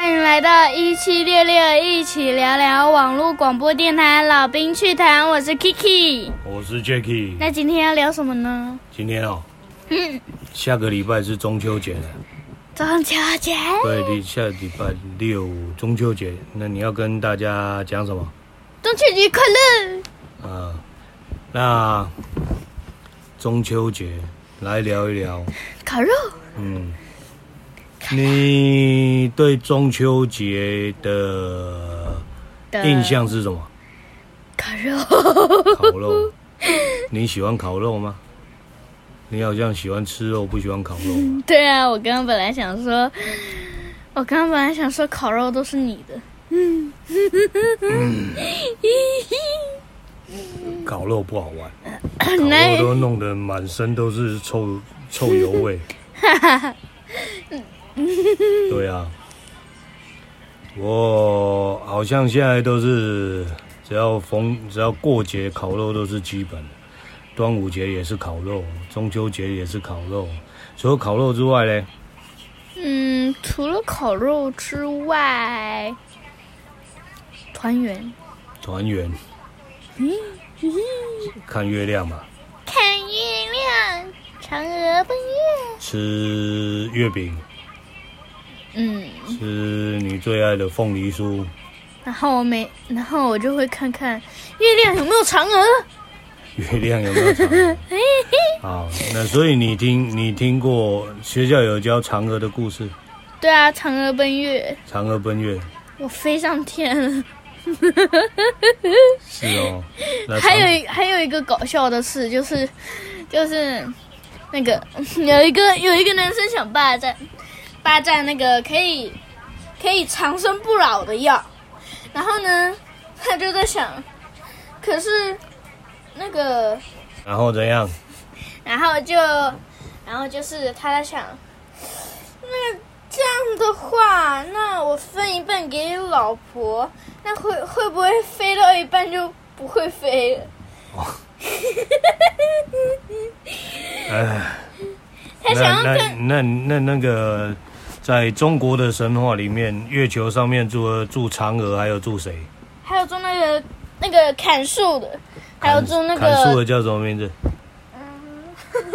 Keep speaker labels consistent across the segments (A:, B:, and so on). A: 欢迎来到一七六六，一起聊聊网络广播电台老兵趣谈，我是 Kiki。
B: 我是 Jacky，
A: 那今天要聊什么呢？
B: 今天哦，下个礼拜是中秋节了，
A: 中秋节。
B: 对，离下礼拜六中秋节，那你要跟大家讲什么？
A: 中秋节快乐！
B: 啊、那中秋节来聊一聊，
A: 烤肉。
B: 嗯，你对中秋节的
A: 的
B: 印。象是什么？
A: 烤肉。
B: 烤肉，你喜欢烤肉吗？你好像喜欢吃肉，不喜欢烤肉嘛。
A: 对啊，我刚刚本来想说，我刚刚本来想说烤肉都是你的。
B: 烤肉不好玩。
A: 那
B: 烤肉都弄得满身都是臭臭油味。对啊，我好像现在都是只要逢只要过节烤肉都是基本的，端午节也是烤肉，中秋节也是烤肉。除了烤肉之外呢，
A: 嗯，除了烤肉之外，团圆。
B: 团圆，看月亮嘛，
A: 看月亮，嫦娥奔月。
B: 吃月饼，
A: 嗯。
B: 吃你最爱的凤梨酥。
A: 然后我每，然后我就会看看月亮有没有嫦娥。
B: 月亮有没 有嫦娥？好，那所以你听你听过学校有教嫦娥的故事，
A: 对啊，嫦娥奔月，
B: 嫦娥奔月
A: 我飞上天了。
B: 是哦。那嫦
A: 还有一还有一个搞笑的事，就是就是那个有一个有一个男生想霸占霸占那个可以可以长生不老的药，然后呢，他就在想，可是那个
B: 然后怎样？
A: 然后就，然后就是他在想，那这样的话，那我分一半给老婆，那会会不会飞到一半就不会飞了？
B: 哎，
A: 他
B: 那
A: 想要
B: 那
A: 跟
B: 那那那个，在中国的神话里面，月球上面住了住嫦娥，还有住谁？
A: 还有做那个那个砍树的，还有
B: 砍
A: 做那
B: 砍树
A: 个
B: 的叫什么名字？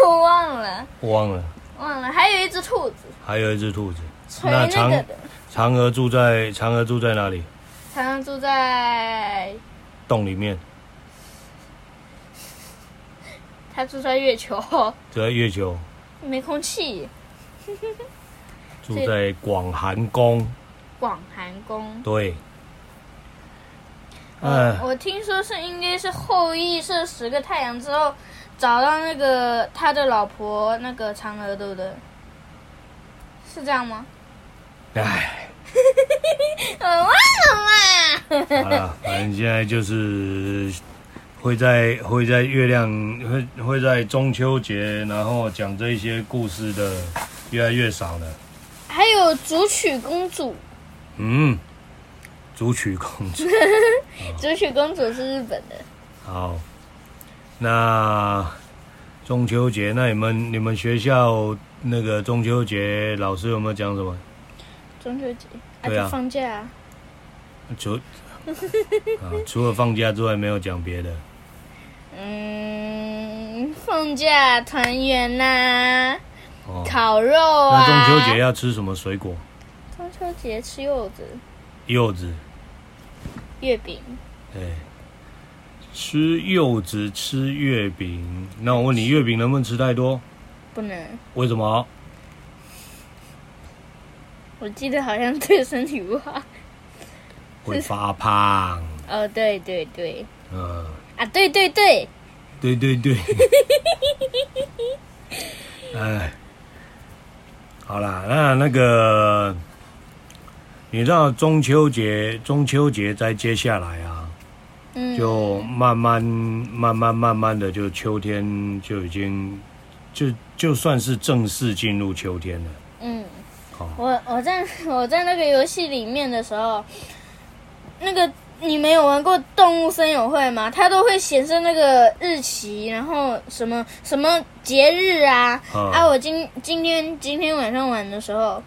A: 我 忘了
B: 忘了。
A: 忘了，还有一只兔子
B: 还有一只兔子。
A: 锤
B: 那
A: 那个
B: 嫦
A: 的，
B: 嫦娥住在嫦娥住在哪里？
A: 常常住在
B: 洞里面，
A: 他住在月球，
B: 住在月球，
A: 没空气，
B: 住
A: 对
B: 在广寒宫。
A: 广寒宫。
B: 对，哎
A: 嗯，，我听说是应该是后羿射十个太阳之后，找到那个他的老婆那个嫦娥，对不对？是这样吗？
B: 哎，
A: 我忘了嘛。
B: 好了，反正现在就是会在会在月亮会会在中秋节，然后讲这一些故事的越来越少了。
A: 还有竹取公主，
B: 嗯，竹取公主，
A: 竹取公主是日本的。
B: 好，那中秋节，那你们你们学校那个中秋节老师有没有讲什么？
A: 中秋节啊，
B: 对啊
A: 就放假啊、
B: 除啊，除了放假之外，没有讲别的。
A: 嗯，放假团圆呐、
B: 哦，
A: 烤肉啊。
B: 那中秋节，要吃什么水果？
A: 中秋节吃柚子、
B: 柚子。
A: 月饼，
B: 对，吃柚子，吃月饼。那我问你，月饼能不能吃太多？
A: 不能。
B: 为什么？
A: 我记得好像对身体不好。
B: 会发胖。
A: 哦，对对对，
B: 嗯，
A: 啊，对对对，
B: 对对对。 哎，好啦，那那个，你知道中秋节，中秋节在接下来啊，
A: 嗯，
B: 就慢慢、慢慢、慢慢的，就秋天就已经，就就算是正式进入秋天了。
A: 嗯，
B: 哦
A: 我我在我在那个游戏里面的时候，那个你没有玩过动物森友会吗？它都会显示那个日期，然后什么什么节日啊、
B: 嗯
A: 啊！我今今天今天晚上玩的时候，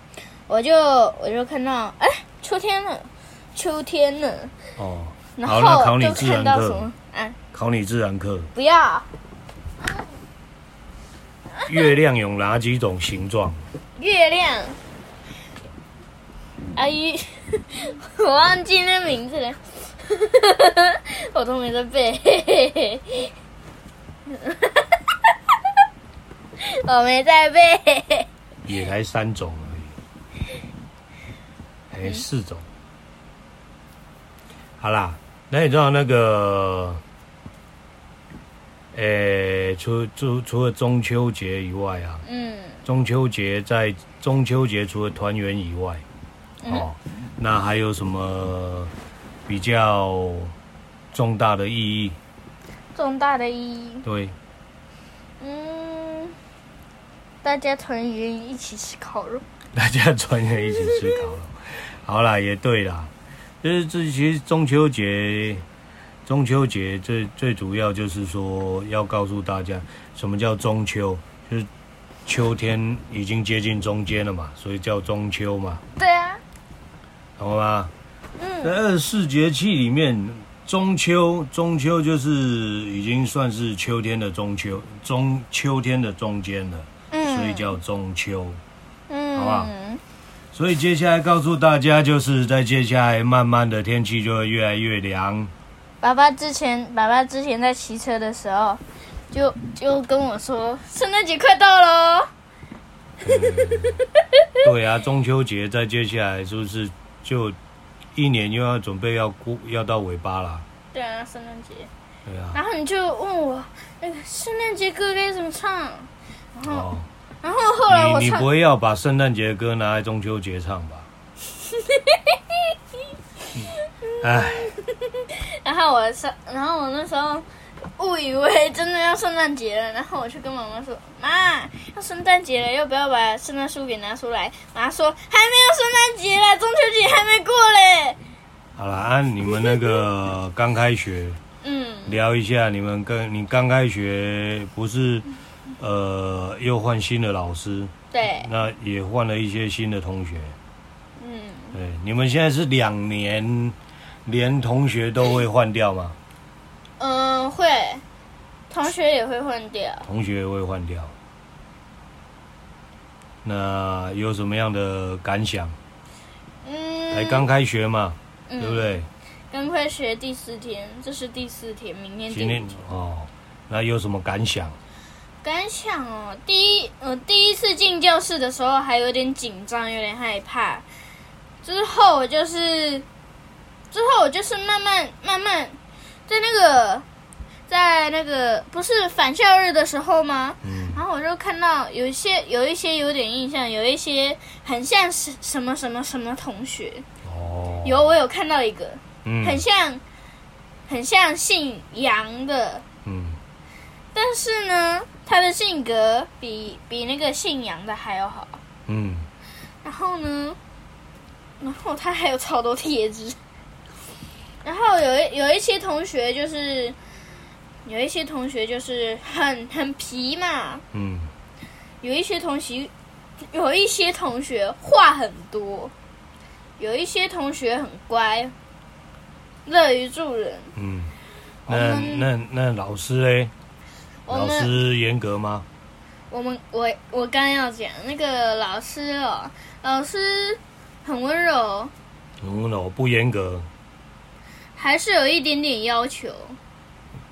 A: 我就我就看到，哎，秋秋天了，秋天了，
B: 哦，
A: 然
B: 好，那考
A: 后
B: 你
A: 就
B: 自然
A: 看到什
B: 课
A: 么，？啊，
B: 考你自然课。
A: 不要
B: 月亮有哪几种形状？
A: 月亮。阿姨， 我忘记那名字了， 我都没在背， 我没在背。
B: 也才三种而已，哎、四种。好啦，那你知道那个，呃、除除除了中秋节以外啊，
A: 嗯
B: 中秋节在中秋节除了团圆以外，哦，那还有什么比较重大的意义？，
A: 重大的意义，
B: 对，
A: 嗯，大家团圆一起吃烤肉，
B: 大家团圆一起吃烤肉。好啦，也对啦，就是这其实中秋节，中秋节最最主要就是说要告诉大家什么叫中秋，就是秋天已经接近中间了嘛，所以叫中秋嘛，
A: 对啊，
B: 懂了吗？在
A: 嗯，
B: 二十四节气里面，中秋中秋就是已经算是秋天的中秋，中秋天的中间了，
A: 嗯
B: 所以叫中秋。
A: 嗯，
B: 好不好所以接下来告诉大家，就是在接下来慢慢的天气就会越来越凉。
A: 爸爸之前，爸爸之前在骑车的时候，就就跟我说，圣诞节快到喽，
B: 对
A: 嗯
B: 啊，中秋节在接下来是不是就一年又要准备要过要到尾巴啦？
A: 对啊，圣诞节，
B: 对啊，
A: 然后你就问我那个圣诞节歌该怎么唱，嗯
B: 哦，
A: 然后后来我
B: 你你
A: 唱
B: 不，会要把圣诞节的歌拿来中秋 节唱吧？哎，
A: 然后我上，然后我那时候误以为真的要圣诞节了，然后我去跟妈妈说：“妈，要圣诞节了，要不要把圣诞树给拿出来？”妈说：“还没有圣诞节啦，中秋节还没过嘞。
B: 好啦，按、你们那个刚开学，”
A: 嗯，
B: 聊一下你们跟你刚开学不是呃又换新的老师，
A: 对，
B: 那也换了一些新的同学。
A: 嗯，
B: 对，你们现在是两年，连同学都会换掉吗？
A: 嗯，会，同学也会换掉。
B: 同学也会换掉。那有什么样的感想？
A: 嗯，
B: 才刚开学嘛，
A: 嗯
B: 对不？对？
A: 哎刚开学第四天，这是第四天，明天第
B: 今
A: 五
B: 天
A: 天。
B: 哦，那有什么感想？
A: 感想哦，第一，我第一次进教室的时候还有点紧张，有点害怕。之后我就是，之后我就是慢慢慢慢，在那个，在那个不是返校日的时候吗？
B: 嗯，
A: 然后我就看到有一些有一些有点印象，有一些很像是什么什么什么同学。
B: 哦，
A: 有，我有看到一个
B: 嗯，
A: 很像，很像姓杨的，
B: 嗯，
A: 但是呢，他的性格比比那个姓杨的还要好。
B: 嗯，
A: 然后呢，然后他还有超多贴纸。 然后有一有一些同学就是，有一些同学就是很很皮嘛，
B: 嗯，
A: 有一些同学，有一些同学话很多，有一些同学很乖，乐于助人。
B: 嗯。
A: 我
B: 那
A: 们
B: 那那老师嘞？
A: 我
B: 老
A: 们
B: 师严格吗？
A: 我们我我刚要讲那个老师哦，老师很温柔，
B: 嗯，我不严格，
A: 还是有一点点要求。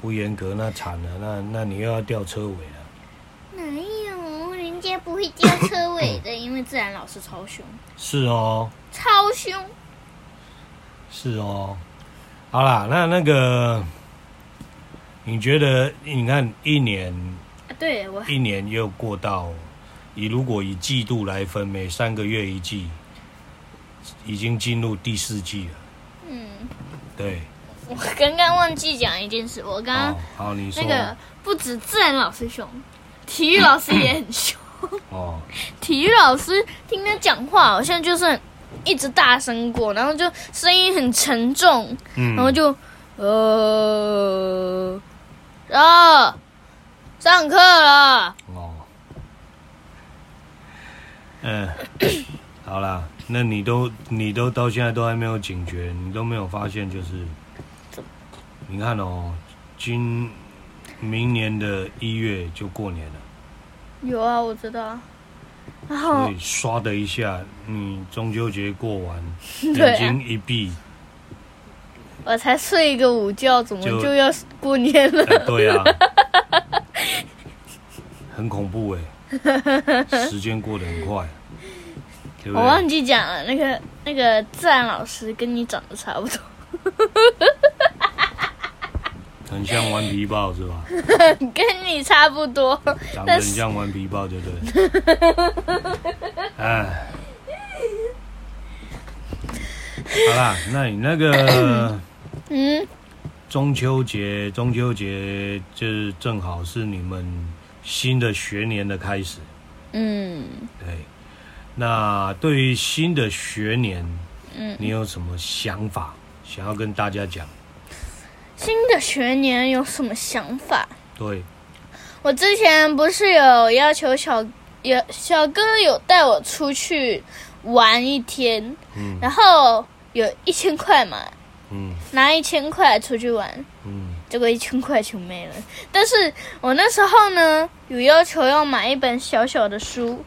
B: 不严格那惨了，那那你又要掉车尾了。
A: 没有，人家不会掉车尾的，因为自然老师超凶，
B: 是哦，
A: 超凶。啊
B: 是哦。好啦，那那个，你觉得你看一年
A: 啊对我
B: 一年又过到，以如果以季度来分，每三个月一季，已经进入第四季了。
A: 嗯，
B: 对，
A: 我刚刚忘记讲一件事，我刚刚
B: 哦，好，你说
A: 啊那个不止自然老师凶，体育老师也很凶。
B: 哦，
A: 体育老师听他讲话好像就是很一直大声过，然后就声音很沉重，
B: 嗯，
A: 然后就呃，啊，上课了，
B: 呃 哦，嗯，好啦，那你都你都到现在都还没有警觉，你都没有发现，就是
A: 怎么，
B: 你看哦，今明年的一月就过年了，
A: 有啊，我知道啊。然
B: 所
A: 后
B: 以唰的一下，你中秋节过完，
A: 对
B: 眼
A: 啊
B: 睛一闭，
A: 我才睡一个午觉，怎么
B: 就
A: 就要过年了？
B: 哎对啊， 很恐怖哎、 时间过得很快，对 不
A: 我忘
B: 对？
A: 记讲了，那个那个自然老师跟你长得差不多，
B: 很像顽皮豹是吧？
A: 跟你差不多。
B: 长得
A: 但
B: 很
A: 是
B: 像顽皮豹，对不对？ 哎，好啦，那你那个
A: 嗯，
B: 中秋节，中秋节就是正好是你们新的学年的开始，
A: 嗯
B: 对。那对于新的学年，
A: 嗯，
B: 你有什么想法想要跟大家讲？
A: 新的学年有什么想法？
B: 对，
A: 我之前不是有要求小有小哥有带我出去玩一天，
B: 嗯
A: 然后有一千块嘛，
B: 嗯
A: 拿一千块出去玩，
B: 嗯
A: 结果一千块就没了。但是我那时候呢，有要求要买一本小小的书，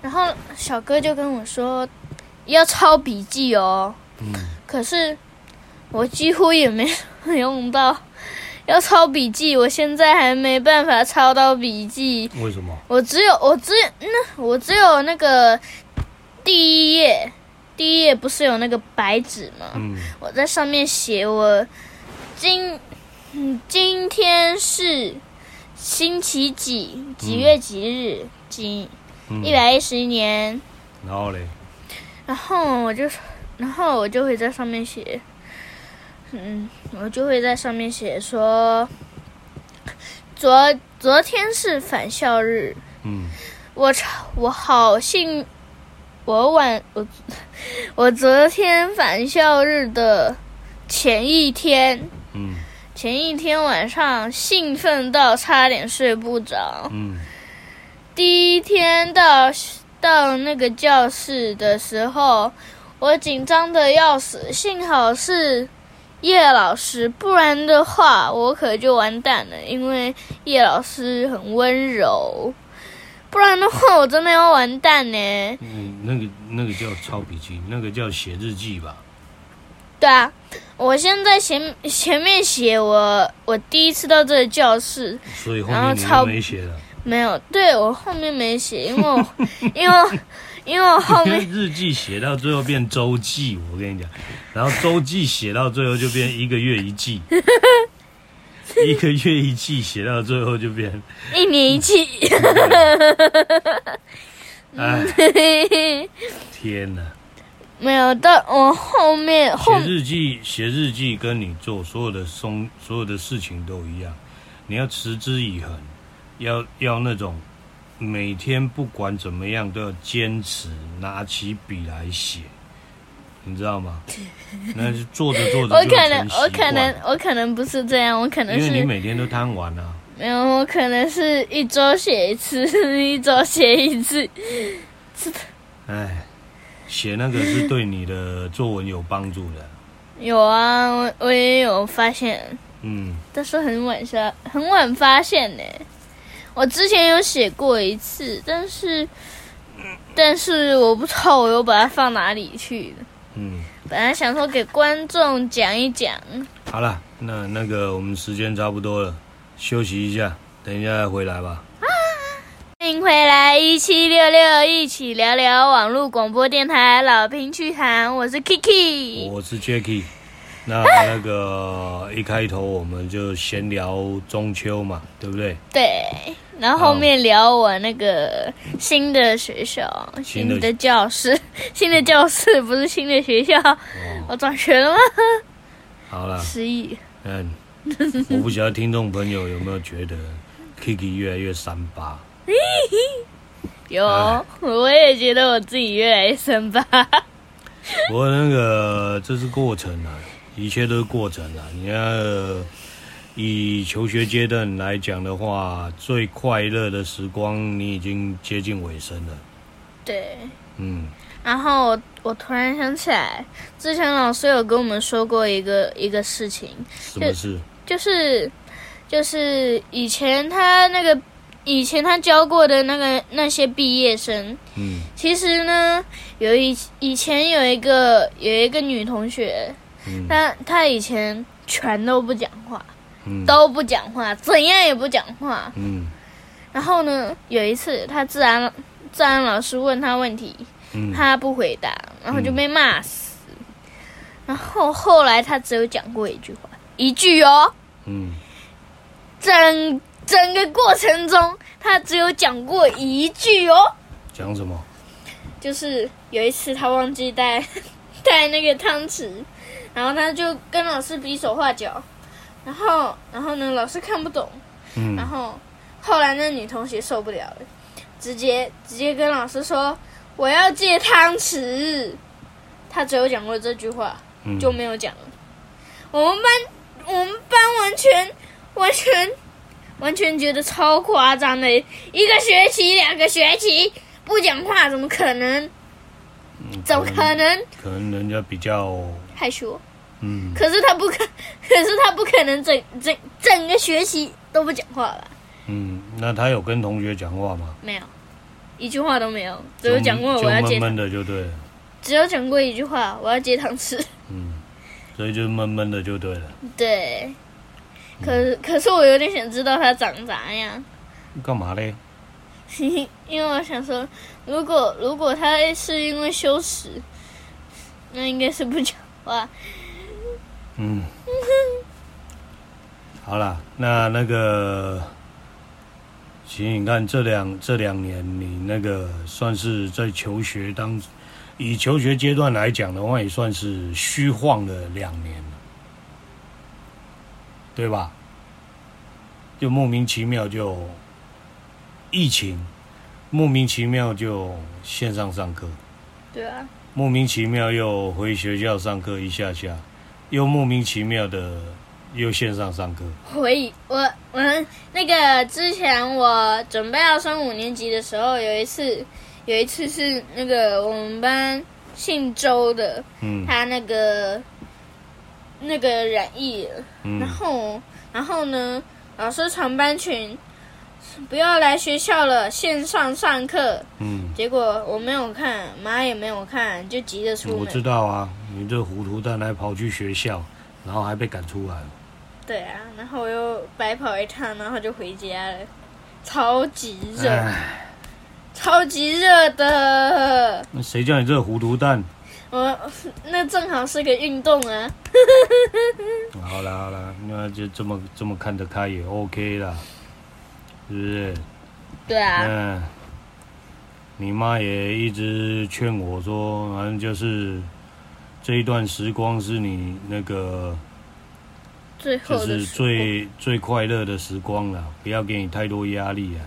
A: 然后小哥就跟我说要抄笔记哦，
B: 嗯，
A: 可是我几乎也没用到。 要抄笔记，我现在还没办法抄到笔记。
B: 为什么？
A: 我只有我只那我只有那个第一页，第一页不是有那个白纸吗？
B: 嗯
A: 我在上面写我今嗯今天是星期几几月几日，几
B: 嗯
A: 一，百一十年。
B: 然后嘞，
A: 然后我就，然后我就会在上面写，嗯，我就会在上面写说，昨昨天是返校日，
B: 嗯
A: 我超我好幸，我晚我 我昨天返校日的前一天，
B: 嗯
A: 前一天晚上兴奋到差点睡不着。
B: 嗯
A: 第一天到到那个教室的时候，我紧张的要死，幸好是叶老师，不然的话我可就完蛋了，因为叶老师很温柔，不然的话我真的要完蛋呢。
B: 嗯，那个那个叫抄笔记，那个叫写日记吧。
A: 对啊，我现在前前面写我我第一次到这个教室，
B: 所以后
A: 然后
B: 面你
A: 抄
B: 就没写了，
A: 没有，对我后面没写，因为我 因为我因为我后
B: 因为
A: 面
B: 日记写到最后变周记，我跟你讲，然后周记写到最后就变一个月一 季，一个月一季写到最后就变，
A: 一年一季。
B: 哎，天哪！
A: 没有，但我后面后
B: 写日记，写日记跟你做所有的松，所有的事情都一样，你要持之以恒，要要那种每天不管怎么样都要坚持拿起笔来写，你知 道吗？那就做着做着
A: 我
B: 就
A: 可
B: 会
A: 能
B: 成习
A: 我可
B: 惯
A: 能我可能不是这样，我可能
B: 因为你
A: 是
B: 每天都贪玩啊，
A: 没有，我可能是一周写一次，一周写一次。
B: 哎，写那个是对你的作文有帮助的，
A: 有啊，我我也有发现，
B: 嗯
A: 但是很晚下很晚发现呢、我之前有写过一次，但是但是我不知道我又把它放哪里去了。
B: 嗯。
A: 本来想说给观众讲一讲，
B: 好了，那那个我们时间差不多了，休息一下，等一下再回来吧。
A: 欢迎回来，一七六六，一起聊聊网络广播电台老拼趣谈，我是 Kiki。
B: 我 是 Jacky，那那个一开头我们就闲聊中秋嘛，对不对？
A: 对，然后后面聊我那个新的学校、
B: 新的
A: 新的教室、新的教室，不是新的学校，我转学了吗？
B: 好了，
A: 失忆。
B: 嗯，我不晓得听众朋友有没有觉得 Kiki 越来越三八，
A: 有
B: 哎，
A: 我也觉得我自己越来越深吧。
B: 不过那个这是过程啊，一切都是过程啊。你要以求学阶段来讲的话，最快乐的时光你已经接近尾声了。
A: 对，
B: 嗯，
A: 然后我我突然想起来，之前老师有跟我们说过一个一个事情，
B: 什么事？
A: 就是就是以前他那个以前他教过的那个那些毕业生，
B: 嗯
A: 其实呢有一以前有一个有一个女同学，
B: 嗯
A: 她她以前全都不讲话，
B: 嗯
A: 都不讲话，怎样也不讲话。
B: 嗯
A: 然后呢，有一次她自然自然老师问她问题，
B: 嗯，
A: 他不回答，然后就被骂死。然后后来他只有讲过一句话，一句哦，
B: 嗯
A: 整整个过程中他只有讲过一句哦，
B: 讲什么？
A: 就是有一次他忘记带 带那个汤匙，然后他就跟老师比手画脚，然后然后呢老师看不懂，
B: 嗯
A: 然后后来那女同学受不了了，直接直接跟老师说我要借汤匙。他只有讲过这句话，
B: 嗯
A: 就没有讲了。我们班我们班完全完全完全觉得超夸张的，一个学期两个学期不讲话，怎么可能？
B: 嗯
A: 怎么可？能？
B: 可能人家比较
A: 害羞。
B: 嗯
A: 可是他不可，可是他不可能整整整个学期都不讲话吧？
B: 嗯，那他有跟同学讲话吗？
A: 没有，一句话都没有，只有讲过
B: 就
A: 我要
B: 就
A: 接
B: 闷
A: 糖
B: 闷，的就对了，
A: 只有讲过一句话我要接糖吃。
B: 嗯，所以就闷闷的就对了。
A: 对，可是可是我有点想知道他长啥样。
B: 干嘛嘞？
A: 因为我想说，如果如果他是因为羞耻，那应该是不讲话。
B: 嗯，好啦，那那个，其实你看这两这两年，你那个算是在求学当，以求学阶段来讲的话，也算是虚晃了两年了，对吧？就莫名其妙就疫情，莫名其妙就线上上课，
A: 对啊，
B: 莫名其妙又回学校上课一下下，又莫名其妙的又线上上课。
A: 回我我那个之前我准备要升五年级的时候，有一次有一次是那个我们班姓周的，
B: 嗯
A: 他那个那个染疫了，
B: 嗯
A: 然后然后呢，老师传班群，不要来学校了，线上上课。
B: 嗯，
A: 结果我没有看，妈也没有看，就急着出
B: 我知
A: 门。
B: 道啊，你这糊涂蛋还跑去学校，然后还被赶出来。
A: 对啊，然后我又白跑一趟，然后就回家了，超级热，
B: 哎，
A: 超级热的。
B: 那谁叫你这糊涂蛋？
A: 我那正好是个运动啊。
B: 好啦好啦，那就这么这么看得开也 OK 啦，是不是？
A: 对啊，
B: 嗯，你妈也一直劝我说，反正就是这一段时光是你那个
A: 最
B: 就
A: 后的
B: 是
A: 时候
B: 最最快乐的时光了，不要给你太多压力啊。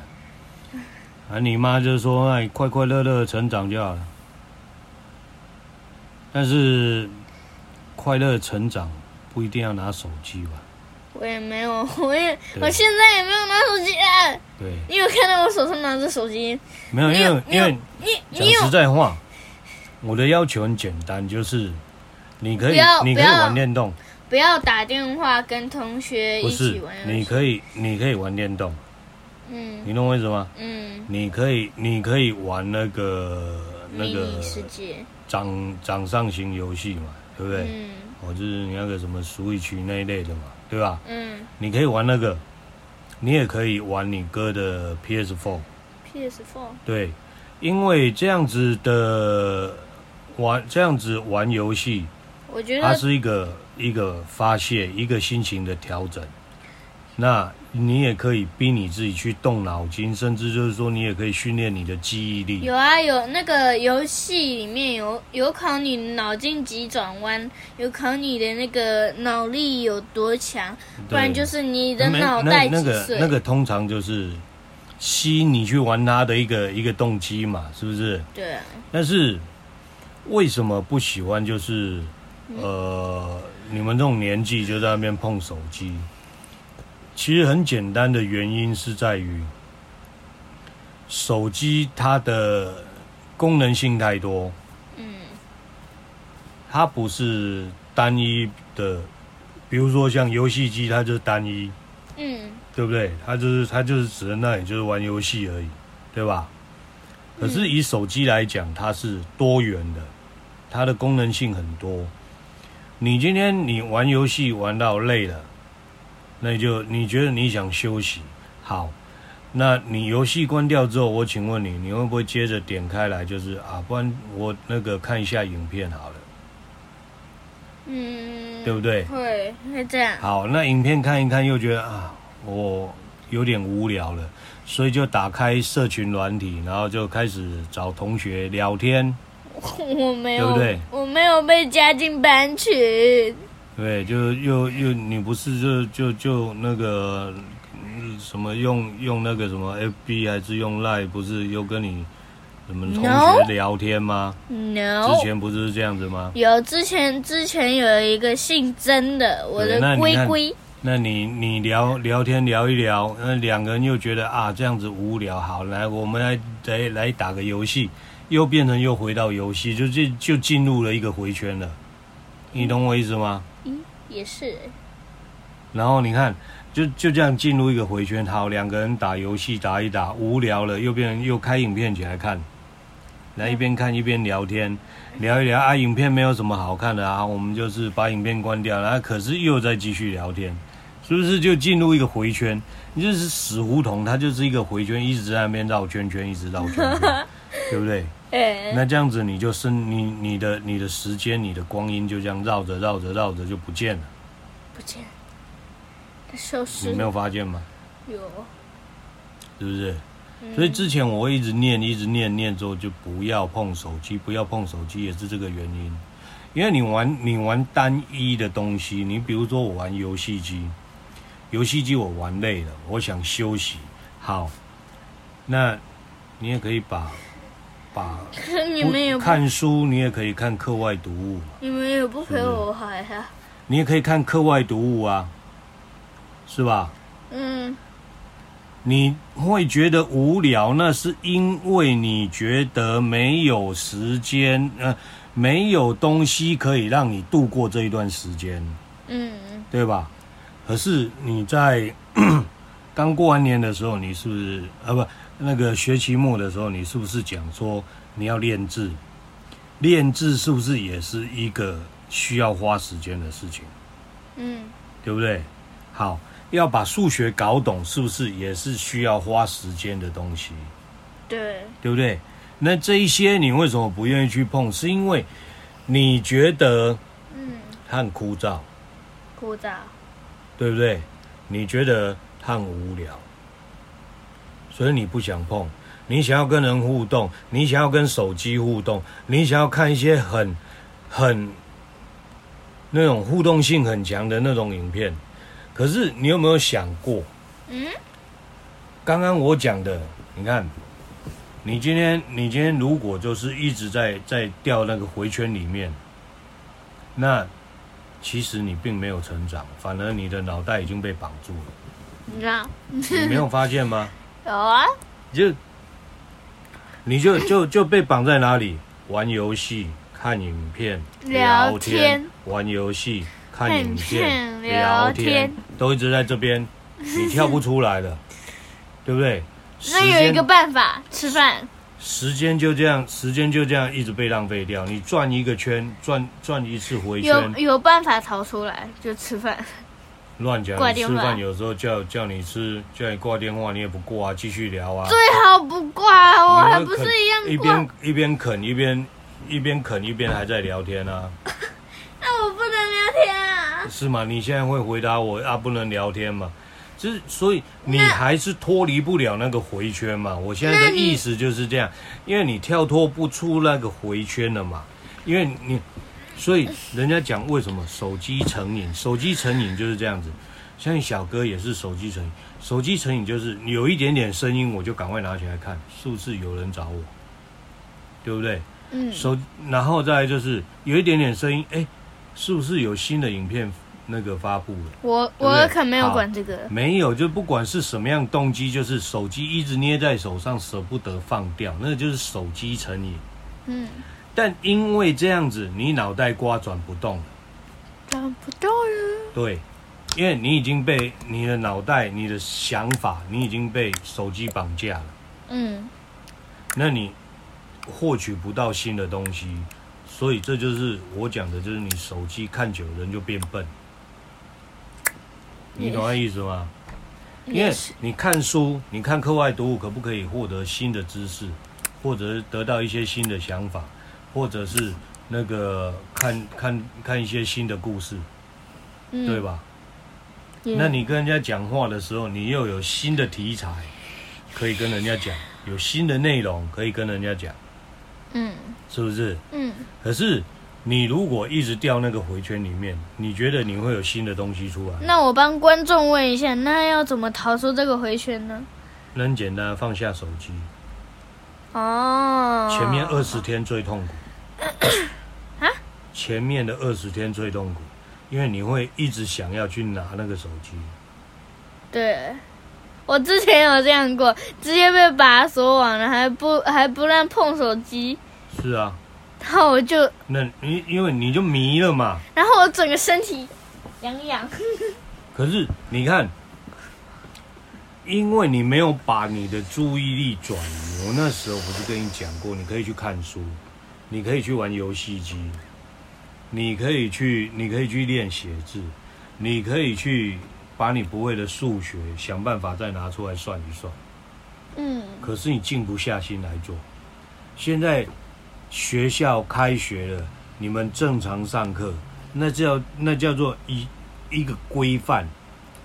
B: 啊，你妈就说：“哎，快快乐乐地成长就好了。”但是，快乐成长不一定要拿手机吧？
A: 我也没有， 我也
B: 对
A: 我现在也没有拿手机啊。
B: 对，
A: 你有看到我手上拿着手机？
B: 没有，
A: 你
B: 因
A: 有
B: 为
A: 你
B: 因
A: 有
B: 为
A: 你
B: 讲
A: 你有
B: 实在话，我的要求很简单，就是你可
A: 不
B: 以
A: 要
B: 你
A: 不
B: 可以
A: 要
B: 玩电动，
A: 不要打电话跟同学
B: 不
A: 一起
B: 是
A: 玩游戏？
B: 你可以你可以玩电动，
A: 嗯
B: 你懂我意思吗？
A: 嗯，
B: 你可以，你可以玩那个那
A: 迷
B: 个
A: 你世界，
B: 掌掌上型游戏嘛，对不对？
A: 嗯
B: 哦，就是你那个什么 Switch 那一类的嘛，对吧？
A: 嗯
B: 你可以玩那个，你也可以玩你哥的 PS4，
A: ，PS Four，
B: 对，因为这样子的玩这样子玩游戏，
A: 我觉
B: 它
A: 得
B: 是一个一个发泄，一个心情的调整。那你也可以逼你自己去动脑筋，甚至就是说，你也可以训练你的记忆力。
A: 有啊，有那个游戏里面有有考你脑筋急转弯，有考你的那个脑力有多强，不然
B: 对
A: 就是你的
B: 没
A: 脑袋
B: 那那
A: 几
B: 个
A: 岁。
B: 那个通常就是吸引你去玩它的一个一个动机嘛，是不是？
A: 对啊，
B: 但是为什么不喜欢？就是
A: 嗯
B: 呃，你们这种年纪就在那边碰手机，其实很简单的原因是在于手机它的功能性太多，
A: 嗯
B: 它不是单一的，比如说像游戏机，它就是单一，
A: 嗯
B: 对不对？它就是它就是只能那里就是玩游戏而已，对吧？可是以手机来讲，它是多元的，它的功能性很多。你今天你玩游戏玩到累了，那你就你觉得你想休息，好，那你游戏关掉之后，我请问你，你会不会接着点开来就是啊，不然我那个看一下影片好了，
A: 嗯，
B: 对不对？
A: 会会这样，
B: 好，那影片看一看，又觉得啊，我有点无聊了，所以就打开社群软体，然后就开始找同学聊天，
A: 我没有，
B: 对不对
A: 我没有被加进班群，
B: 对，就又又你不是就就就那个嗯什么用用那个什么 FB 还是用 Line，不是又跟你什么同
A: No
B: 学聊天吗
A: no，
B: 之前不是这样子吗？
A: 有之前之前有一个姓曾的，我
B: 对那
A: 的
B: 你
A: 龟
B: 看
A: 龟，
B: 那你你聊聊天聊一聊，那两个人又觉得啊这样子无聊，好来我们来来来打个游戏，又变成又回到游戏，就就就进入了一个回圈了，你懂我意思吗？
A: 咦，也是，
B: 然后你看就就这样进入一个回圈，好两个人打游戏打一打无聊了，又变成又开影片起来看，来一边看一边聊天，聊一聊啊影片没有什么好看的啊，我们就是把影片关掉，然后可是又在继续聊天。是不是就进入一个回圈？你就是死胡同，它就是一个回圈，一直在那边绕圈圈，一直绕圈圈，对不对？
A: 哎，
B: 那这样子你就生你你的你的时间，你的光阴就这样绕着绕着绕着就不见了，
A: 不见了，它消
B: 你
A: 失
B: 没有发现吗？
A: 有，
B: 是不是？
A: 嗯
B: 所以之前我会一直念，一直念，念之后就不要碰手机，不要碰手机，也是这个原因。因为你玩你玩单一的东西，你比如说我玩游戏机，游戏机我玩累了，我想休息，好，那你也可以把把
A: 可是你们也不，
B: 看书，你也可以看课外读物嘛，
A: 你们也不陪我玩啊，
B: 你也可以看课外读物啊，是吧？
A: 嗯，
B: 你会觉得无聊，那是因为你觉得没有时间，呃，没有东西可以让你度过这一段时间，
A: 嗯，
B: 对吧？可是你在 刚过完年的时候，你是不是啊不那个学期末的时候，你是不是讲说你要练字？练字是不是也是一个需要花时间的事情？
A: 嗯，
B: 对不对？好，要把数学搞懂，是不是也是需要花时间的东西，
A: 对，
B: 对不对？那这一些你为什么不愿意去碰？是因为你觉得
A: 嗯，
B: 它很枯燥，
A: 枯燥，
B: 对不对？你觉得它很无聊，所以你不想碰。你想要跟人互动，你想要跟手机互动，你想要看一些很、很那种互动性很强的那种影片。可是你有没有想过，
A: 嗯，
B: 刚刚我讲的，你看，你今天你今天如果就是一直在在掉那个回圈里面，那其实你并没有成长，反而你的脑袋已经被绑 住了，
A: 你知道，
B: 你没有发现吗？
A: 有啊，
B: 就你就就就被绑在哪里？玩游戏、看影片、
A: 聊
B: 聊
A: 天
B: 天、玩游戏、看
A: 看
B: 影
A: 影
B: 片、
A: 片
B: 聊
A: 聊
B: 天
A: 天，
B: 都一直在这边，你跳不出 来了，对不对？
A: 那
B: 时
A: 有
B: 间
A: 一个办法，吃饭，
B: 时间就这样，时间就这样一直被浪费掉。你转一个圈，转转一次回
A: 有
B: 圈，
A: 有办法逃出来，就吃饭，
B: 乱讲。
A: 挂
B: 你
A: 电
B: 吃
A: 话
B: 饭有时候叫叫你吃，叫你挂电话，你也不挂啊，继续聊啊。
A: 最好不挂，啊我还
B: 你
A: 不
B: 会啃
A: 是一
B: 一
A: 样挂。
B: 边一边啃一边一边啃一边还在聊天啊，
A: 那我不能聊天啊！
B: 是吗？你现在会回答我啊，不能聊天嘛？就是所以你还是脱离不了那个回圈嘛。我现在
A: 那
B: 的
A: 你
B: 意思就是这样，因为你跳脱不出那个回圈了嘛，因为你，所以人家讲为什么手机成瘾，手机成瘾就是这样子。像小哥也是手机成瘾，手机成瘾就是你有一点点声音我就赶快拿起来看，是不是有人找我，对不对？
A: 嗯
B: 手，然后再来就是有一点点声音，哎，是不是有新的影片那个发布了。
A: 我
B: 对不
A: 我
B: 对
A: 可没有
B: 好
A: 管这个，
B: 没有，就不管是什么样动机，就是手机一直捏在手上，舍不得放掉，那就是手机成瘾。
A: 嗯，
B: 但因为这样子，你脑袋瓜转不动了，
A: 转不动了，
B: 对，因为你已经被你的脑袋、你的想法，你已经被手机绑架了，
A: 嗯，
B: 那你获取不到新的东西，所以这就是我讲的，就是你手机看久了人就变笨，你懂那意思吗？因
A: 也
B: 为
A: 是
B: 你看书，你看课外读物，可不可以获得新的知识，或者是得到一些新的想法，或者是那个看看看一些新的故事，
A: 嗯
B: 对吧？
A: 也
B: 那你跟人家讲话的时候，你又有新的题材可以跟人家讲，有新的内容可以跟人家讲，
A: 嗯
B: 是不是？
A: 嗯
B: 可是你如果一直掉那个回圈里面，你觉得你会有新的东西出来？
A: 那我帮观众问一下，那要怎么逃出这个回旋呢？
B: 那很简单，放下手机，
A: 哦，啊
B: 前面二十天最痛苦。 前面的二十天最痛苦，因为你会一直想要去拿那个手机。
A: 对，我之前有这样过，直接被拔锁网了，还不还不让碰手机，
B: 是啊，
A: 然后我就，
B: 那你因为你就迷了嘛。
A: 然后我整个身体痒痒，
B: 可是你看，因为你没有把你的注意力转移，我那时候不是跟你讲过，你可以去看书，你可以去玩游戏机，你可以去，你可以去练写字，你可以去把你不会的数学想办法再拿出来算一算。
A: 嗯
B: 可是你静不下心来做。现在学校开学了，你们正常上课，那叫那叫做一一个规范，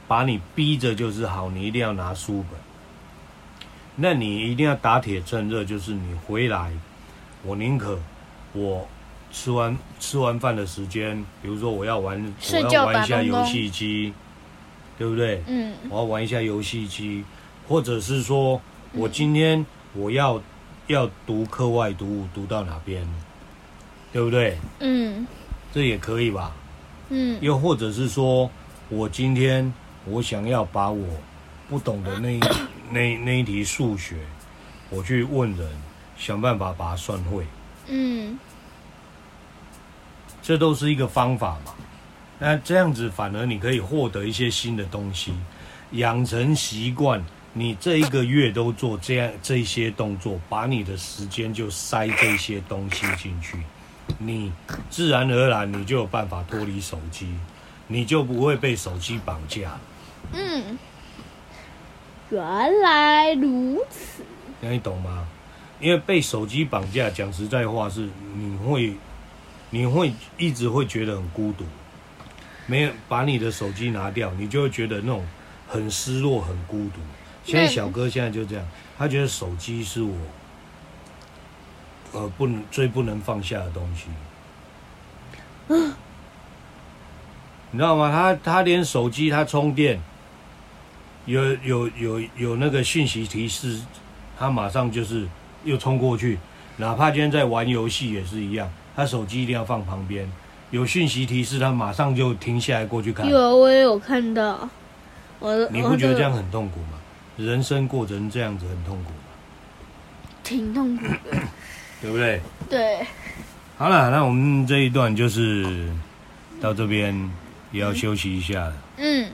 B: 把你逼着就是好，你一定要拿书本。那你一定要打铁趁热，就是你回来，我宁可我吃完吃完饭的时间，比如说我要玩，我
A: 睡
B: 要
A: 觉
B: 玩一下
A: 打公
B: 游
A: 公
B: 戏机，对不对？
A: 嗯
B: 我要玩一下游戏机，或者是说我今天我要要读课外读物，读到哪边，对不对？
A: 嗯
B: 这也可以吧？
A: 嗯
B: 又或者是说我今天我想要把我不懂的那一那那一题数学，我去问人，想办法把它算会，
A: 嗯，
B: 这都是一个方法嘛。那这样子反而你可以获得一些新的东西，养成习惯。你这一个月都做这样这些动作，把你的时间就塞这些东西进去，你自然而然你就有办法脱离手机，你就不会被手机绑架。
A: 嗯，原来如此，
B: 那你懂吗？因为被手机绑架，讲实在话是你会，你会一直会觉得很孤独，没有把你的手机拿掉，你就会觉得那种很失落、很孤独。现在
A: 那
B: 小哥现在就这样，他觉得手机是我，呃，不能最不能放下的东西。你知道吗？他他连手机他充电，有有有有那个讯息提示，他马上就是又冲过去，哪怕今天在玩游戏也是一样，他手机一定要放旁边，有讯息提示他马上就停下来过去看。
A: 有我也有看到，我
B: 啊你
A: 我
B: 不觉得
A: 个
B: 这样很痛苦吗？人生过成这样子很痛苦吗？
A: 挺痛苦的？
B: 对不对？
A: 对，
B: 好了，那我们这一段就是到这边也要休息一下了。
A: 嗯。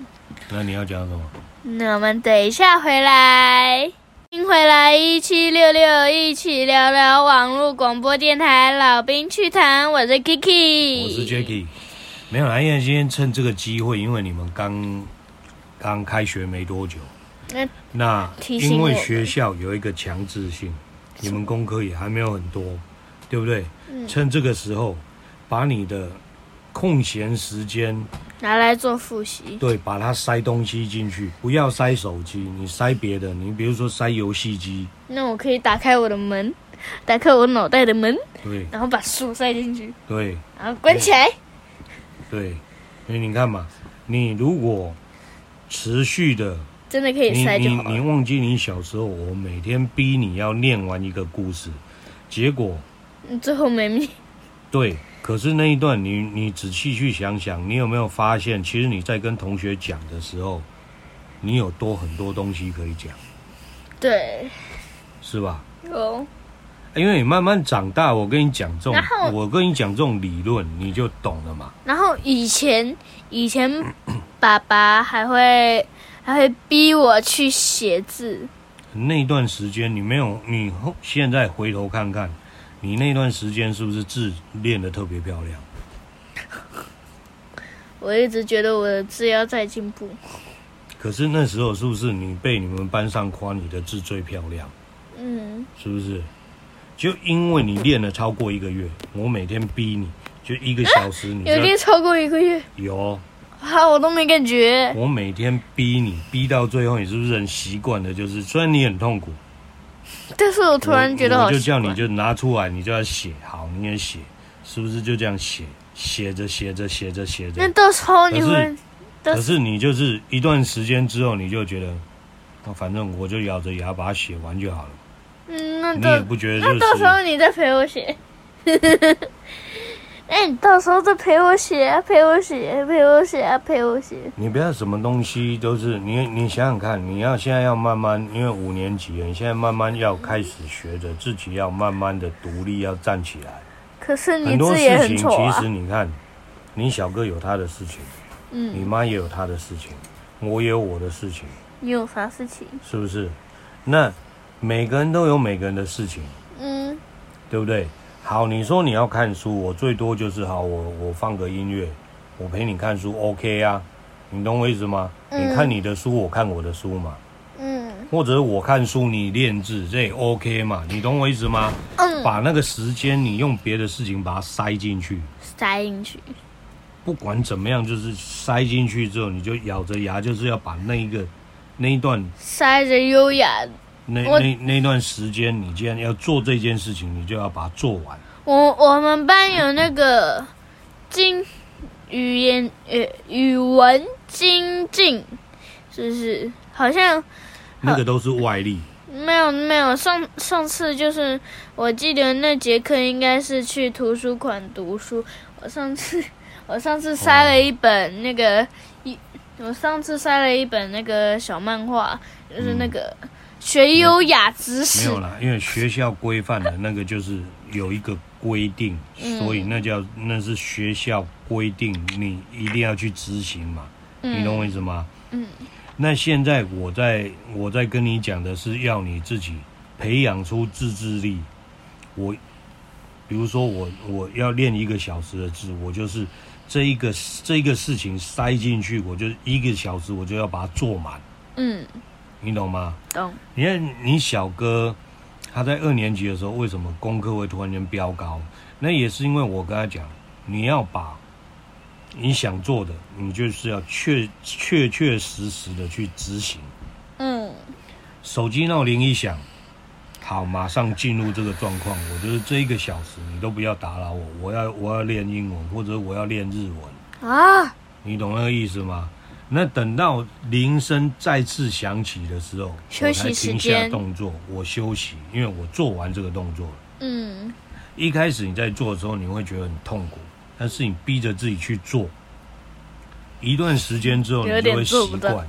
B: 那你要讲什么？
A: 那我们等一下回来，听回来一七六六，一起聊聊网络广播电台老兵趣谈。我是 Kiki，
B: 我是 Jacky，没有啦，因为今天趁这个机会，因为你们刚刚开学没多久，
A: 那
B: 那
A: 提醒
B: 因为
A: 我
B: 学校有一个强制性，你们功课也还没有很多，对不对？
A: 嗯
B: 趁这个时候，把你的空闲时间，
A: 拿来做复习。
B: 对，把它塞东西进去，不要塞手机，你塞别的，你比如说塞游戏机，
A: 那我可以打开我的门，打开我脑袋的门，
B: 对
A: 然后把书塞进去，
B: 对
A: 然后关起来。
B: 对，因为你看嘛，你如果持续的
A: 真的可以
B: 你
A: 塞就
B: 你
A: 好
B: 你
A: 了。
B: 忘记你小时候，我每天逼你要念完一个故事，结果
A: 最后没命。
B: 对可是那一段你，你仔细去想想，你有没有发现，其实你在跟同学讲的时候，你有多很多东西可以讲，
A: 对，
B: 是吧？
A: 有
B: 因为你慢慢长大，我跟你讲这种
A: 然后，
B: 我跟你讲这种理论，你就懂了嘛。
A: 然后以前以前爸爸还会还会逼我去写字，
B: 那段时间你没有，你后现在回头看看，你那段时间是不是字练得特别漂亮？
A: 我一直觉得我的字要再进步。
B: 可是那时候是不是你被你们班上夸你的字最漂亮？
A: 嗯，
B: 是不是？就因为你练了超过一个月，我每天逼你，就一个小时你
A: 有
B: 在
A: 练超过一个月
B: 有，
A: 啊，我都没感觉。
B: 我每天逼你，逼到最后，你是不是很习惯的？就是虽然你很痛苦，
A: 但是我突然觉得
B: 我
A: 好
B: 我就
A: 奇怪
B: 叫你就拿出来，你就要写，好，你也写，是不是就这样写？写着写着写着写
A: 那
B: 着，
A: 到时候你
B: 可是
A: 会，但
B: 可是你就是一段时间之后，你就觉得，啊反正我就咬着牙把它写完就好了。
A: 嗯，那
B: 你也
A: 到
B: 不觉得
A: 那
B: 就
A: 到时候
B: 是
A: 你再陪我 写。那你哎到时候再陪我写啊，陪我写，陪我写啊，陪我写。
B: 你不要什么东西都是你你想想看，你要现在要慢慢，因为五年级了，你现在慢慢要开始学着自己要慢慢的独立，要站起来。
A: 可是嗯你
B: 很多
A: 字也
B: 事
A: 很
B: 情
A: 丑
B: 其实
A: 啊。
B: 你看，你小哥有他的事情，你
A: 嗯，
B: 妈也有她的事情，我也有我的事情，
A: 你有啥事情？
B: 是不是？那每个人都有每个人的事情，
A: 嗯
B: 对不对？好，你说你要看书，我最多就是好，我我放个音乐，我陪你看书，OK 啊？你懂我意思吗？
A: 嗯
B: 你看你的书，我看我的书嘛，
A: 嗯
B: 或者我看书你练字，这也 OK 嘛？你懂我意思吗？
A: 嗯，
B: 把那个时间你用别的事情把它塞进去，
A: 塞进去。
B: 不管怎么样，就是塞进去之后，你就咬着牙，就是要把那一个那一段
A: 塞着优雅。
B: 那
A: 我
B: 那那段时间，你既然要做这件事情，你就要把它做完。
A: 我我们班有那个精语言呃语文精进，是不是？好像
B: 那个都是外力，
A: 没有没有，上上次就是我记得那节课应该是去图书馆读书。我上次 我上次塞了一本那个一，我上次塞了一本那个小漫画，就是那个学优雅知
B: 哦没
A: 识
B: 有。啦，因为学校规范的那个就是有一个规定，所以那叫那是学校规定，你一定要去执行嘛。你懂我意思吗？
A: 嗯。
B: 那现在我在我在跟你讲的是要你自己培养出自制力。我，比如说我我要练一个小时的字，我就是这一个这一个事情塞进去，我就一个小时我就要把它做满，
A: 嗯，
B: 你懂吗？
A: 懂。
B: 你看你小哥他在二年级的时候，为什么功课会突然间飙高？那也是因为我跟他讲，你要把你想做的，你就是要确确确实实的去执行。
A: 嗯
B: 手机闹铃一响，好，马上进入这个状况。我就是这一个小时，你都不要打扰我，我要我要练英文，或者我要练日文，
A: 啊。
B: 你懂那个意思吗？那等到铃声再次响起的时候，
A: 休息
B: 我才停
A: 时
B: 下
A: 间
B: 动作，我休息，因为我做完这个动作了。
A: 嗯
B: 一开始你在做的时候，你会觉得很痛苦，但是你逼着自己去做，一段时间之
A: 有
B: 后，你就
A: 点
B: 会
A: 做
B: 习
A: 不到
B: 惯，，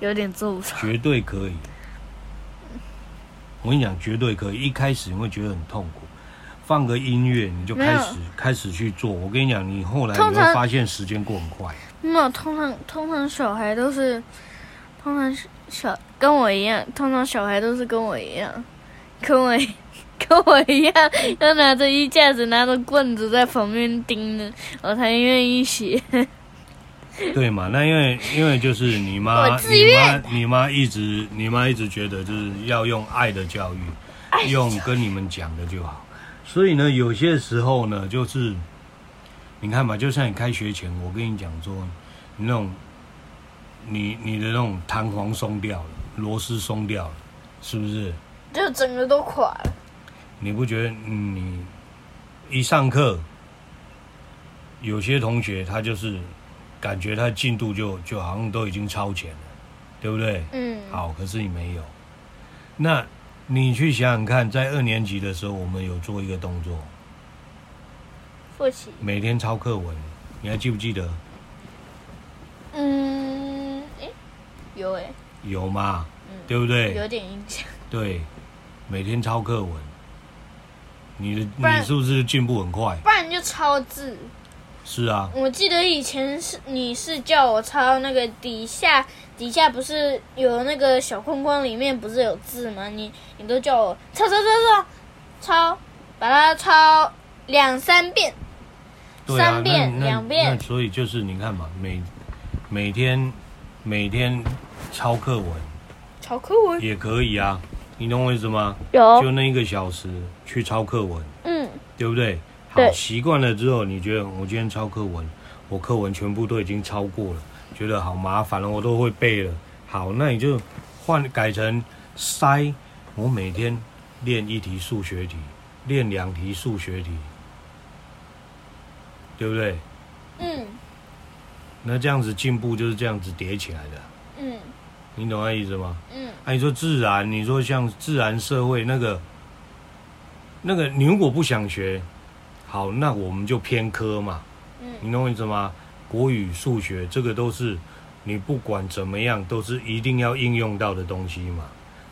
A: 有点做不到。
B: 绝对可以。我跟你讲，绝对可以。一开始你会觉得很痛苦，放个音乐你就
A: 没
B: 开
A: 有
B: 始开始去做。我跟你讲，你后来
A: 通
B: 你
A: 常
B: 会发现时间过很快。
A: 没有，通常通常小孩都是，通常是小跟我一样，通常小孩都是跟我一样，跟我一 跟我一样，要拿着衣架子，拿着棍子在旁边盯着，我才愿意 写。
B: 对嘛？那因为因为就是你妈，
A: 我自
B: 你妈
A: 愿
B: 你妈一直你妈一直觉得就是要用爱的教育，用跟你们讲的就好。所以呢，有些时候呢，就是你看嘛，就像你开学前，我跟你讲说，你那种你你的那种弹簧松掉了，螺丝松掉了，是不是？
A: 就整个都垮了，
B: 你不觉得嗯你一上课，有些同学他就是感觉他进度就就好像都已经超前了，对不对？
A: 嗯，
B: 好，可是你没有。那你去想想看，在二年级的时候，我们有做一个动作，
A: 复习。
B: 每天抄课文，你还记不记得？
A: 嗯，诶，有诶，
B: 有嘛，
A: 嗯
B: 对不
A: 有
B: 对？
A: 点印象。
B: 对，每天抄课文，你的
A: 不然
B: 你是不是进步很快？
A: 不然就抄字。
B: 是啊，
A: 我记得以前是你是叫我抄那个底下底下不是有那个小框框里面不是有字吗？你你都叫我抄抄抄抄抄，把它抄两三遍。
B: 对啊，
A: 三遍
B: 那那
A: 两遍
B: 那所以就是你看嘛，每每天每天抄课文
A: 抄课文
B: 也可以啊，你懂我意思吗？就
A: 有，
B: 那一个小时去抄课文，
A: 嗯，
B: 对不对？好，
A: 对
B: 习惯了之后，你觉得我今天抄课文，我课文全部都已经抄过了，觉得好麻烦了，我都会背了。好，那你就换改成塞，我每天练一题数学题，练两题数学题，对不对？
A: 嗯
B: 那这样子进步就是这样子叠起来的，
A: 嗯
B: 你懂那意思吗？
A: 嗯，
B: 哎、你说自然，你说像自然社会那个，那个你如果不想学，好，那我们就偏科嘛，
A: 嗯
B: 你懂我意思吗？国语、数学这个都是你不管怎么样都是一定要应用到的东西嘛。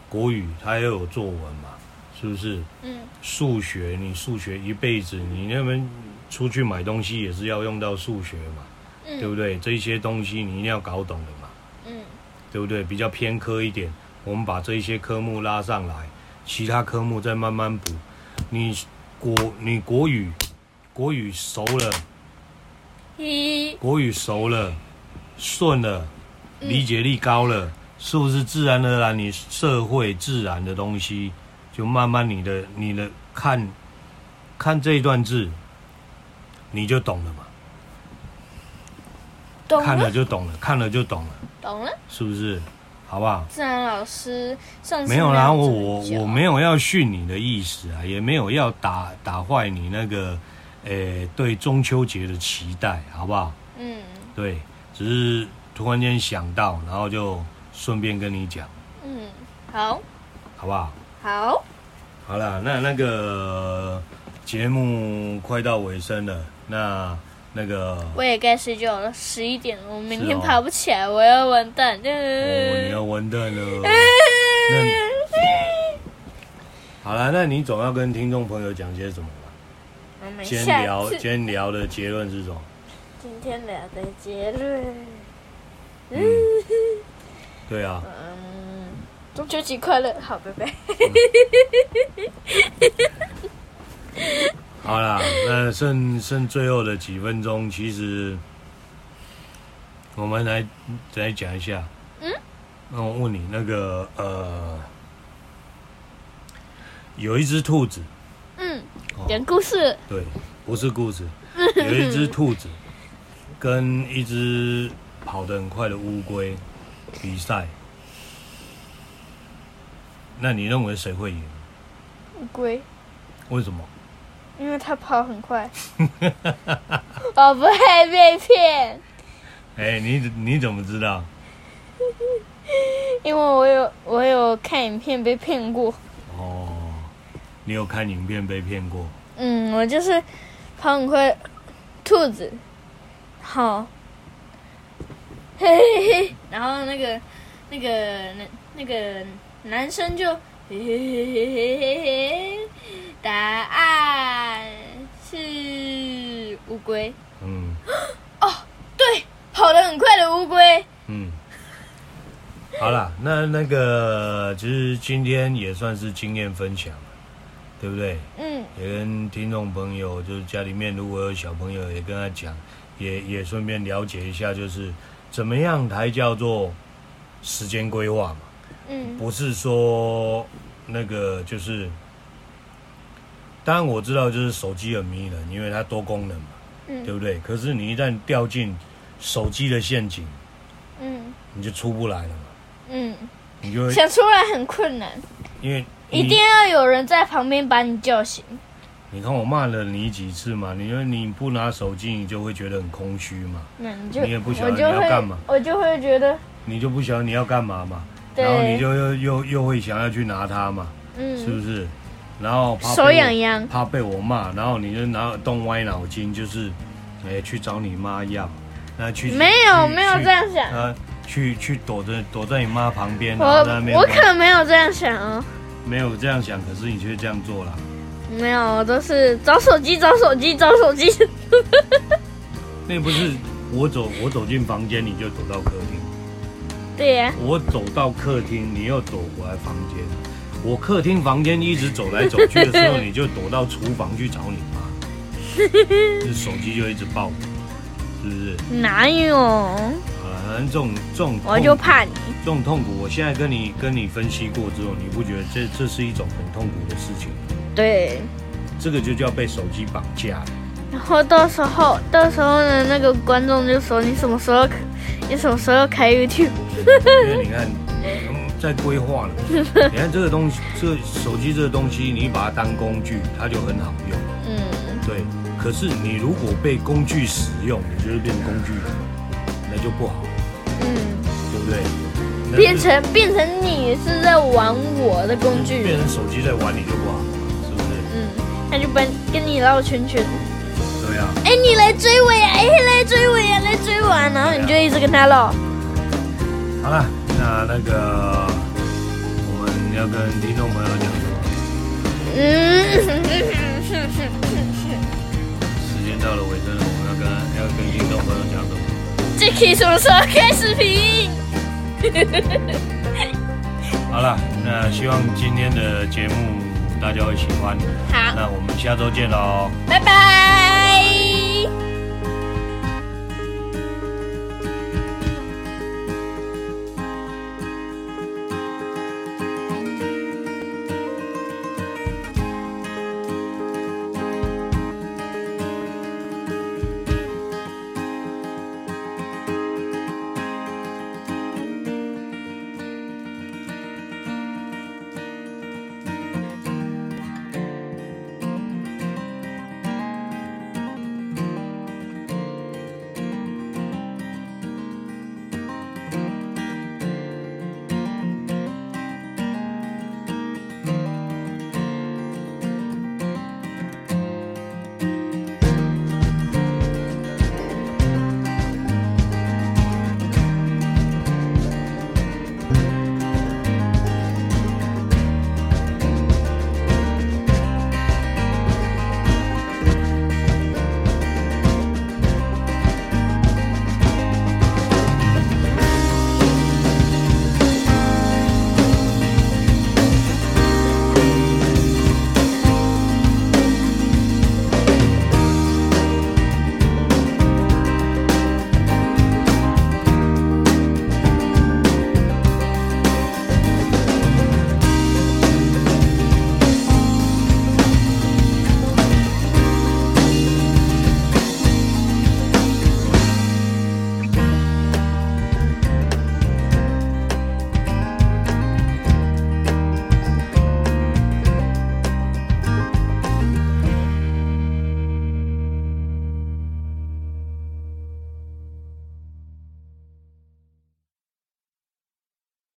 B: 国语它也有作文嘛，是不是？
A: 嗯
B: 数学你数学一辈子，你那边出去买东西也是要用到数学嘛，
A: 嗯，
B: 对不对？这一些东西你一定要搞懂的嘛。
A: 嗯
B: 对不对？比较偏科一点，我们把这一些科目拉上来，其他科目再慢慢补。你国你国语国语熟了，
A: 一
B: 国语熟了，顺了，
A: 嗯
B: 理解力高了，是不是自然而然你社会自然的东西，就慢慢你的你的看看这一段字，你就懂了嘛？
A: 懂
B: 看了
A: 了
B: 就懂了，看了就懂了，
A: 懂了。
B: 是不是？好不好？
A: 自然老师上次
B: 没有啦，
A: 有
B: 我
A: 这么
B: 我
A: 教
B: 我没有要训你的意思啊，也没有要打打坏你那个，呃、对中秋节的期待，好不好？
A: 嗯
B: 对，只是突然间想到，然后就顺便跟你讲，
A: 嗯好
B: 好不好？
A: 好
B: 好啦，那那个节目快到尾声了，那那个哦
A: 我也该睡觉了，十一点了，我明
B: 是
A: 天
B: 哦
A: 爬不起来，我要完蛋。
B: 哦，
A: 嗯
B: 你要完蛋了。那你好了，那你总要跟听众朋友讲些什么吧？
A: 我们
B: 今
A: 下
B: 天聊
A: 次
B: 今天聊的结论是什么？
A: 今天聊的结论，
B: 嗯，对啊，
A: 嗯，中秋节快乐，好，拜拜。
B: 好啦，那剩剩最后的几分钟，其实我们来来讲一下。
A: 嗯，
B: 那我问你，那个呃，有一只兔子，
A: 嗯，
B: 哦
A: 讲故事，
B: 对，不是故事，有一只兔子跟一只跑得很快的乌龟比赛，那你认为谁会赢？
A: 乌龟，
B: 为什么？
A: 因为它跑很 快，我不会被骗，
B: 哎、你你怎么知道？
A: 因为我有我有看影片被骗过。
B: 哦，你有看影片被骗过？
A: 嗯，我就是跑很快，兔子，好，嘿嘿嘿，然后那个那个那那个男生就嘿嘿嘿嘿嘿嘿嘿，答案是乌龟，哦
B: 嗯
A: 对，跑得很快的乌龟，
B: 嗯，好啦，那那个其实今天也算是经验分享，啊对不对？
A: 嗯
B: 也跟听众朋友，就是家里面如果有小朋友，也跟他讲，也也顺便了解一下，就是怎么样才叫做时间规划嘛。
A: 嗯
B: 不是说那个就是，当然我知道就是手机很迷人，因为它多功能嘛，对
A: 嗯
B: 不对？可是你一旦掉进手机的陷阱，
A: 嗯
B: 你就出不来了嘛，
A: 嗯，
B: 你就会
A: 想出来很困难，
B: 因为你
A: 一定要有人在旁边把你叫醒。
B: 你看我骂了你几次嘛，你说你不拿手机，你就会觉得很空虚嘛，
A: 那你就
B: 你也不晓得
A: 我
B: 你
A: 就
B: 要
A: 会
B: 干嘛
A: 我就会觉得，
B: 你就不晓得你要干嘛嘛，
A: 对
B: 然后你就又又又会想要去拿它嘛，
A: 嗯，
B: 是不是？然后怕被
A: 手
B: 我
A: 痒痒
B: 怕被我骂，然后你就拿动歪脑筋，就是哎、去找你妈要，那去
A: 没有
B: 去
A: 没有
B: 去
A: 这样想
B: 呃，去去躲着躲在你妈旁边，然
A: 我
B: 后在那边
A: 我可没有这样想哦，
B: 没有这样想，可是你却这样做了。
A: 没有，我都是找手机找手机找手机。
B: 那不是我走我走进房间，你就躲到客厅；
A: 对呀、
B: 我走到客厅，你又躲回来房间。我客厅房间一直走来走去的时候，你就躲到厨房去找你妈，这手机就一直爆，是不是？
A: 哪有？
B: 啊，反正这种这种
A: 我
B: 痛
A: 就怕你。
B: 这种痛苦，我现在跟你跟你分析过之后，你不觉得这这是一种很痛苦的事情？
A: 对，
B: 这个就叫被手机绑架。
A: 然后到时候到时候呢，那个观众就说你什么时候开，你什么时候开 YouTube？
B: 因为你看，嗯在规划了。你看这个东西，这手机这个东西，你把它当工具，它就很好用。
A: 嗯，
B: 对，可是你如果被工具使用，你就是变工具人，那就不好，
A: 嗯，
B: 对不对？那
A: 变
B: 就
A: 成变成你是在玩我的工具
B: 变
A: 人，
B: 成手机在玩你就不好，是不是？
A: 嗯，他就跟跟你绕圈圈。
B: 对啊，
A: 哎、你来追我呀！哎、来追我呀！来追我啊！然后你就一直跟他绕。
B: 好了，那那个我们要跟听众朋友讲什么？
A: 嗯，是是是是
B: 时间到了尾声了，我们要跟要跟听众朋友讲什么？
A: ，Jacky 什么时候开视频？
B: 好了，那希望今天的节目大家会喜欢。
A: 好，
B: 那我们下周见喽。
A: 拜拜。